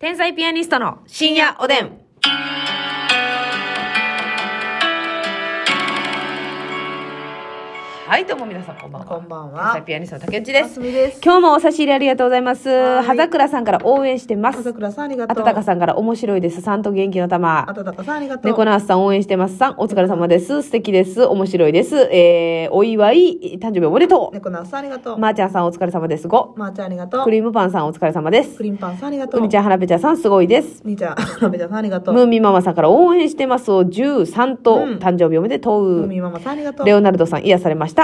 天才ピアニストの深夜おでん。はい、どうも皆さんこんばんは。こんばんは天才ピアニストの竹内で。ますすみです。今日もお差し入れありがとうございます。はい葉桜さんから応援してます。朝倉さんありがあとたう。たかさんから面白いです。さんと元気の玉。あたたかさんありがとう。猫ナースさん応援してます。さん、お疲れ様です。素敵です。面白いです。えー、お祝い、誕生日おめでと猫ナースさんありがとう。う。まー、ちゃんさんお疲れ様です。5。まーちゃんありがとう。クリームパンさんお疲れ様ですク。リンパンさんありがとうう。にちゃん、はなぺちゃんさんすごいです。みーちゃん、ラベちゃんさんありがとムーう。ミンママさんから応援してますを13と、うん誕生日おめでとムう。ミママさんありがとう。レレオナルドさん癒されました。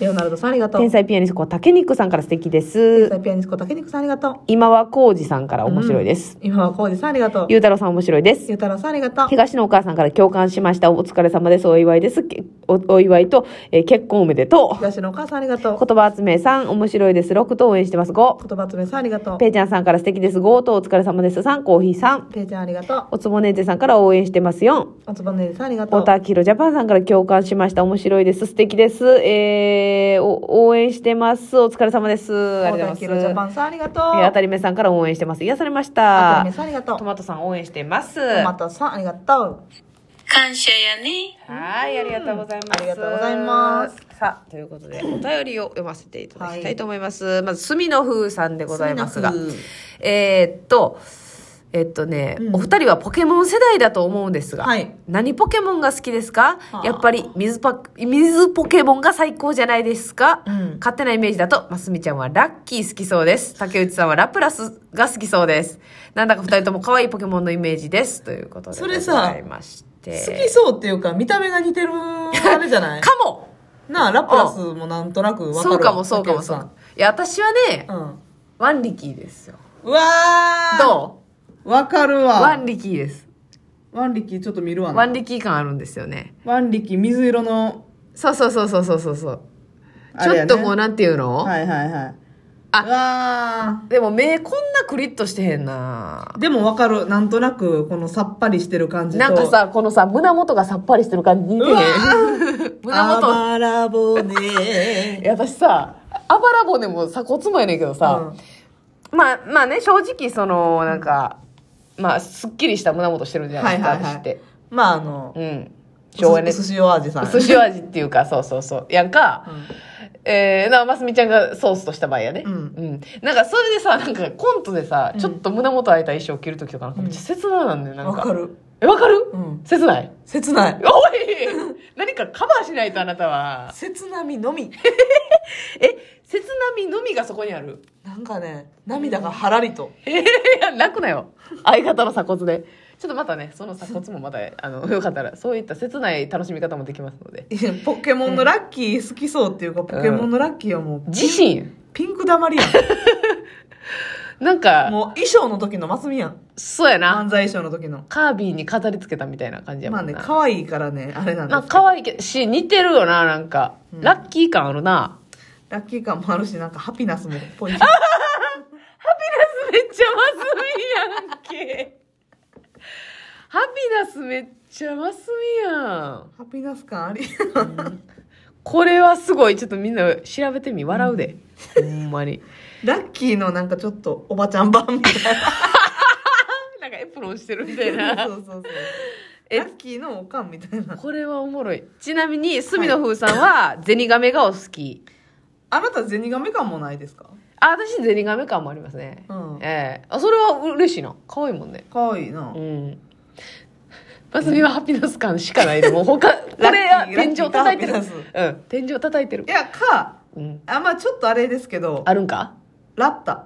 オナルドさんありがとう。天才ピアニスト、タケニックさんから素敵で天す。才ピアニスコ竹肉さんありがとう。今はこうじさんから面白いです。今はこうじさんありがとう。ゆうたろうさん面白いです。ゆうたろうさんありがとう。東のお母さんから共感しました。お疲れ様です。お祝いです。けおお祝いと、えー結婚おめでとう。東のお母さんありがとう。言葉集めさん、面白いです。6と応援してます。5。言葉つめさんありがとう。ペイちゃんさんから素敵です。5とお疲れ様です。3、コーヒーさん。ペイちゃんありがとう。おつぼねーぜさんから応援してます。4。おつばねりさんありがとう。おたきろジャパンさんから共感しました。面白いです。素敵です。えー、お応援してます。お疲れ様です。ありがとうございジャパます。ンさんありがとう。えー、あたりめさんから応援してます。癒されましたあたりめ。さんありがとうト。マトさん応援してます。トマはトさんありがとう。感謝やね。い、ありがとうございます。ありがとうございます。さあ、ということで、お便りを読ませていただきたいと思います。まず、隅の風さんでございますがすみのふう、えーっと、えっとね、うんお二人はポケモン世代だと思うんですが、はい何ポケモンが好きですかはあやっぱり水パ水ポケモンが最高じゃないですか、うん勝手なイメージだとますみちゃんはラッキー好きそうです竹内さんはラプラスが好きそうですなんだか二人とも可愛いポケモンのイメージですということでそごれさざいまして好きそうっていうか、見た目が似てる、あれじゃないかもなあ、ラプラスもなんとなくわかるわそうかもそうかもそうかもいや私はね、竹内さんうん。ワンリキーですようわーどうわかるうわ。ワンリキーですワンリキちょっと見るわな。ワンリキー感あるんですよねワンリキ水色の、そうそうそうそうそうそうそうあちれょやっねとこうなんていうの、はいはいはい。あうわでも目こんなクリッとしてへんなーでもわかる。なんとなく、このさっぱりしてる感じと。なんか、さこのさ胸元がさっぱりしてる感じ似てへん胸あ元ばらぼういね。や私さあばら骨も鎖骨もやねんけどさ、まあまあね正直そのなんか、まあすっきりした胸元してるじゃなはいいですか、はいは私ってい。まああの、うん省エネ寿司お味さん。寿司味っていうか、そうそうそう。やんか、えー、な、ますみちゃんがソースとした場合やね。うんなんか、それでさ、なんか、コントでさ、ちょっと胸元開いた衣装着るときとか、なんかめっちゃ切ないなんだよ、なんわか。かる。え、わかる、うん切ない切ない。おい 何かカバーしないと、あなたは。切な みのみ。え、切なみのみがそこにある。なんかね、涙がはらりと。えー、いや、楽なよ。相方の鎖骨で。ちょっとまたね、その鎖骨もまた、あの、 よかったら、そういった切ない楽しみ方もできますので。いや ポケモンのラッキー好きそうっていうか、ポケモンのラッキーはもう、自身、ピンクだまりやなんか、 ん。もう衣装の時のマスミやん。そうやな。漫才衣装の時の。カービィに飾り付けたみたいな感じやもまあんな。ね、可愛いからね、あれなんでますあけど可愛いけど、し、似てるよな、なんか。ラッキー感あるな。ラッキー感もあるし、なんかハピナスもっぽいし。 めっちゃマスミやんけ。ハピナスめっちゃマスミやん。ハピナス感あり。 これはすごい。ちょっとみんな調べてみ、笑うで。ほんまに。ラッキーのなんかちょっとおばちゃん版みたい なんかエプロンしてるみたいな。な。そうそうそう。えラッキーのおかんみたい な。これはおもろい。ちなみに、隅野風さんは、ゼニガメがお好き。あなたゼニガメ感もないですかあ、私、ゼニガメ感もありますね。うんええあ、それは嬉しいな。可愛いもんね。可愛いなう。ん。マスミはハピナス感しか ないで、もう他、こラッキーれは天井叩いてる。ラッキーハうん、天井叩いてるい。や、か、うん。あ、まあちょっとあれですけど、あるんかラッタ。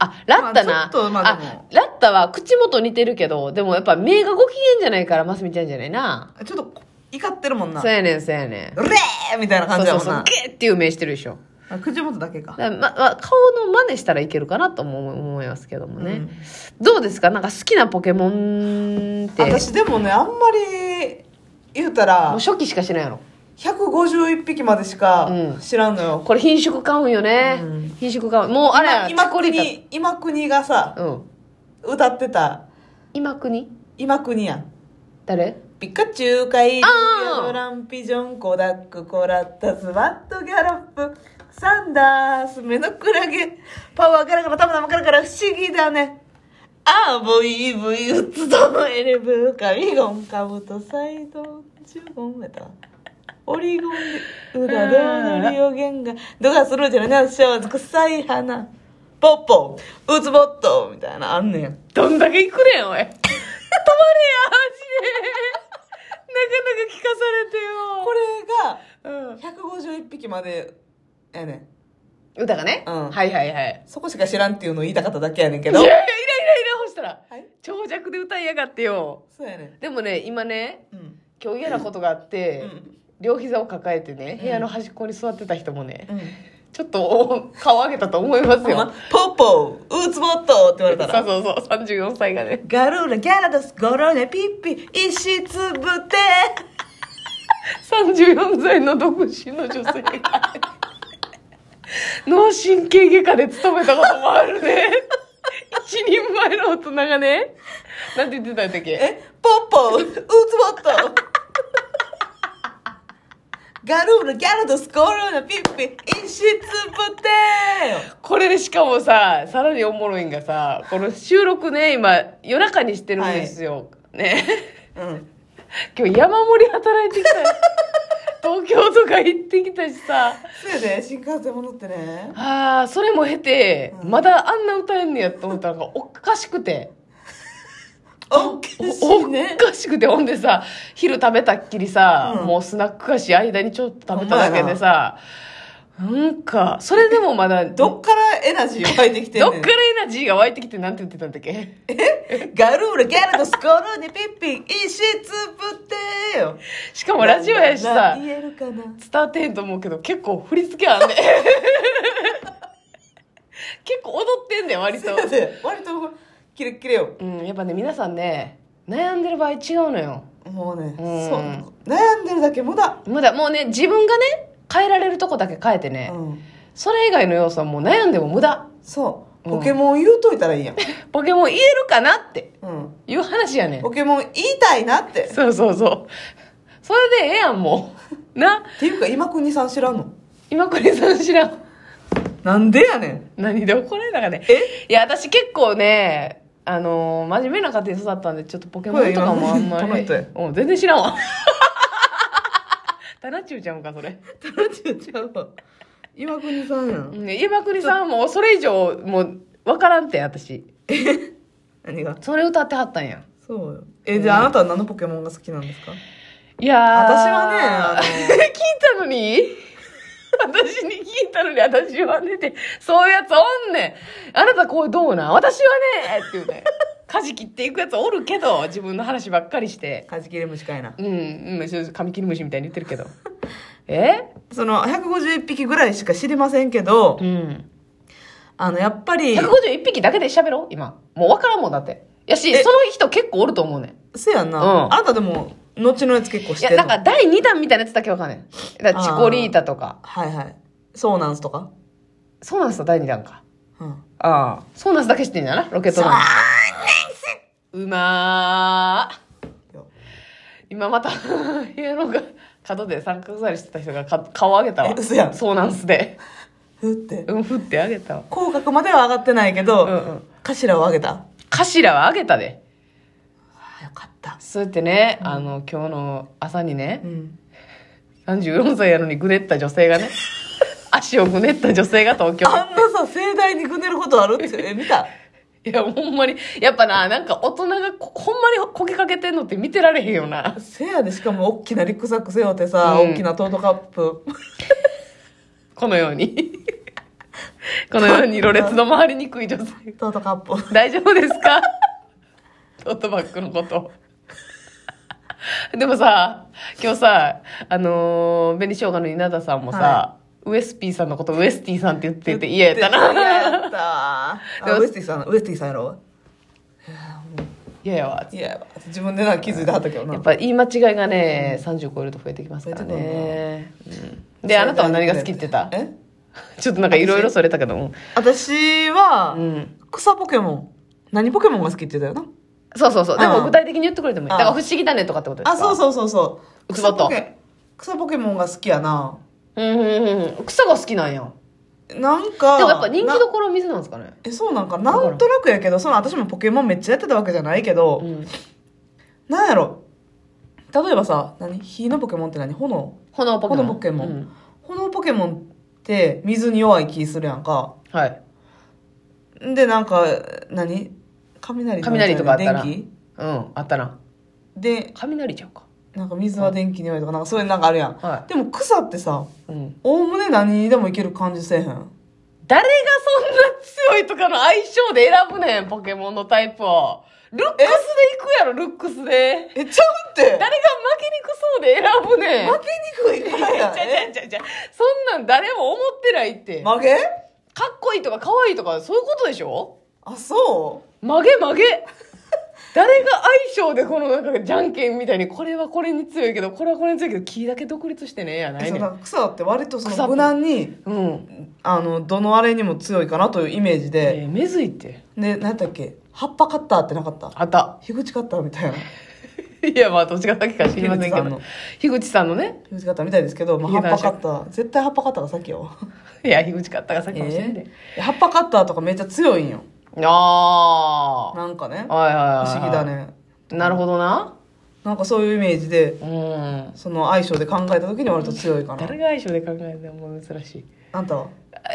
あ、ラッタまな。あちょっとまあでもラッタは口元似てるけど、でもやっぱ目がご機嫌じゃないから、マスミちゃんじゃないな。ちょっと怒ってるもんな。そうレやねん、そうやねん。ーみたいなそ感うじだそうもんそうな、。ゲーっていう目してるでしょ。あ口元だけか。だからまま顔の真似したらいけるかなとも思思いますけどもね、うんどうですかなんか好きなポケモンって、も私でもね、あんまり言うたうら、初期しかしないやろ。 151匹までしかうん知らんのよ。これ品種買うんよね。うん品種買う。もうあれや、今チコ今リータ国今国がさうん。歌ってた今国今国やん誰ピカチュウカイリあーアドランピジョンコダックコラッタスワットギャロップサンダース目のクラゲパワーガラガラタマタマガラガラ不思議だねああ、ボイブイウツドのエレブー、カミゴン、カブト、サイド、中ゴンメタ。オリゴンで、ウダ、ドアのリオゲンが、ドガスルージェルナシャワーズ、臭い花、ポッポ、ウツボット、みたいな、あんねん。どんだけ行くねん、おい。止まれや、マジで。なかなか聞かされてよ。これうん。が、151匹まで、やねん。歌がね。うんはいはいはい。そこしか知らんっていうのを言いたかっただけやねんけいやどい。や、イライライラほしたら、はい長尺で歌いやがってよ。そうやねん。でもね、今ね、うん。今日嫌なことがあって、うん。両膝を抱えてね、ん部屋の端っこに座ってた人もね、うん。ちょっとお顔上げたと思いますほんよま。ポッポ、ウツボットって言われそうたそら。うそう、34歳がね。ガルーラ、ギャラドス、ゴローネ、ピッピ、石つぶて。 34歳の独身の女性が脳神経外科で勤めたこともあるね一人前の大人がねなんて言ってたんだっけえ、ポッポ、ウツボット。ガルーラ、ギャラドス、ゴローネ、ピッピ、石つぶて。これでしかもささらにおもろいんがさこの収録ね今夜中にしてるんですよ、ねうん。今日山盛り働いてきたよ東京とか行ってきたしさそうやで、新幹線戻ってね。ああそれも経て、うんまだあんな歌えんねやと思ったのがおかしくて。おっかしいね。おかしくてほんでさ昼食べたっきりさ、うんもうスナック菓子間にちょっと食べただけでさなんかそれでもまだどっからエナジー湧いてきてんどねっん。からエナジーが湧いてきてなんて言ってたんだっ けガルーラ、ギャラドス、ゴローネ、ピッピ、石つぶてよ。しかもラジオやしさなな言えるかな。伝わってへんと思うけど結構振り付けあんね 結構踊ってんねん割と、割とキレッキレようん、やっぱね皆さんね悩んでる場合違うのよもうね、うんそう悩んでるだけ無駄、まだもうね自分がね変えられるとこだけ変えてね、うん、それ以外の要素はもう悩んでも無駄そううんポケモン言うといたらいいやん、ポケモン言えるかなってうん、いう話やねんポ。ケモン言いたいなってそうそうそう。それでええやん、もう。な、っていうか今国さん知らんの今これさん知らん。なんでやねん何で怒られたかね。えいや、私結構ね、あのー真面目な家庭に育ったんで、ちょっとポケモンとかもあんまこれり。今うん、全然知らんわ。 タナチューちゃうんか、それ。タラチューちゃうわ今国さんやんね、今国さんはもうそれ以上、もう、わからんて、私。何がそれ歌ってはったんや。そうよえじゃああなたは何のポケモンが好きなんですかいやー私はねあの 聞いたのに 私に聞いたのに私はねってそういうやつおんねんあなたこうどうなん私はねっていうね 舵切っていくやつおるけど自分の話ばっかりしてカジキレムシかいなうんうんそうカミキリムシみたいに言ってる けどえその151匹ぐらいしか知りませんけど、うんあのやっぱり151匹だけで喋ろう今もう分からんもんだってやしえその人結構おると思うねんせやんな、うんあなたでも後のやつ結構知いってやなるんか第2弾みたいなやつだけ分かんねんだからチコリータとかはいはい。そうなんすとか。そうなんすよ第2弾かうん。ああ。ソーナスだけ知ってんだな、ロケットナンうまー。今また、 部屋の角で三角座りしてた人がか顔上げたわえ。嘘やんそうなんすで。ふって。うん、ふってあげたわ。口角までは上がってないけうんど、うん。頭を上げた。頭はあげたで。あよかった。そうやってね、あの、今日の朝にねう、ん。 34歳やのにぐねった女性が ね、足をぐねった女性が東京。あんなさ、盛大にぐねることあるって、え、見たいや、ほんまに、やっぱな、なんか大人がこほんまにこけかけてんのって見てられへんよな。せやで、しかも大きなリュックサック背負ってさ、うん大きなトートカッ プ。このよう に。このようにろれつの回りにくい女性。トートカップ。大丈夫ですか トートバッグのこと。でもさ、今日さ、あのー、紅生姜の稲田さんもさ、はウエスピーさんのことウエスティさんって言ってて嫌やったな。嫌やったわであもウエスティさん、ウエスティさんやろ 嫌やわ。いやわ、自分でな、気づいてはったけどな。やっぱ言い間違いがね、30超えると増えてきますからね。うんで、あなたは何が好きって言ってたえちょっとなんかいろいろそれたけども。私うは、ん。草ポケモン。何ポケモンが好きって言ってたよな。そうそうそう。でうもん具体的に言ってくれてもいい。だうんから不思議だねとかってことですかあ、そうそうそうそう。ウツボと草ポケ草ポケモンが好きやな。うんうんうん草が好きなんやなんかでもやっぱ人気どなころ水なんですかねえそうなんかなんとなくやけどその私もポケモンめっちゃやってたわけじゃないけど、うんなんやろ例えばさ何火のポケモンって何炎炎ポケモン炎ポケモンうん炎ポケモンって水に弱い気するやんかはいでなんか何雷の雷とかあったら電気うんあったなで雷ちゃうかなんか水は電気に弱いとかなんかそういうなんかあるやんはでも草ってさい、うん、おおむね何にでもいける感じせえへん誰がそんな強いとかの相性で選ぶねんポケモンのタイプをルックスでいくやろルックスでえちゃうって誰が負けにくそうで選ぶねん負けにくいからや んちゃちゃちゃちゃそんなん誰も思ってないってえか曲げっこいいとか可愛いとかそういうことでしょあそう曲げ曲げ 誰が相性でこのなんかじゃんけんみたいにこれはこれに強いけどこれはこれに強いけど木だけ独立してねえやなえいそねうんだから草って割とそ草っのぽい無難にうんあのどのあれにも強いかなというイメージで、えー、目ずいってで何やったっけ葉っぱカッターってなかったあった樋口カッターみたいないやまあどっちが先か知りませんけど樋口さんのね樋口カッターみたいですけど、まあ、ヒゲ葉っ男ぱ爵カッター絶対葉っぱカッターが 先よいや樋口買ったが先かもしれんえね、え葉っぱカッターとかめっちゃ強いんよああなんかね不はいはいはいはい思議だねなるほどななんかそういうイメージでうんその相性で考えた時に割と強いかな誰が相性で考えても珍しいあんたは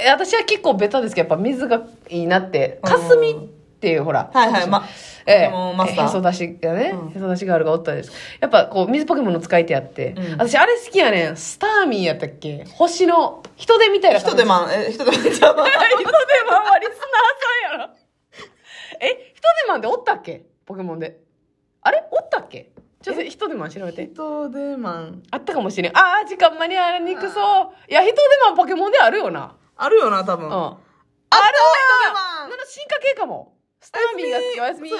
え私は結構ベタですけどやっぱ水がいいなってうん霞っていうほらはいはいまええポケモンマスターへそ出しがね、うんへそ出しガールがおったんですやっぱこう水ポケモンの使い手あって、うん私あれ好きやねんスターミーやったっけ星の人手みたいな人手ままんえ人手まんちゃうわ人手マンはリスナーさんやろえ人手マンっておったっけポケモンであれおったっけちょっと人手マン調べて人手まんあったかもしれんああ時間間に合いにくそういや人手マンポケモンであるよなあるよな多分うんあるあわマンなんか進化系かも。スターミーが好き、おやすみおやすみ。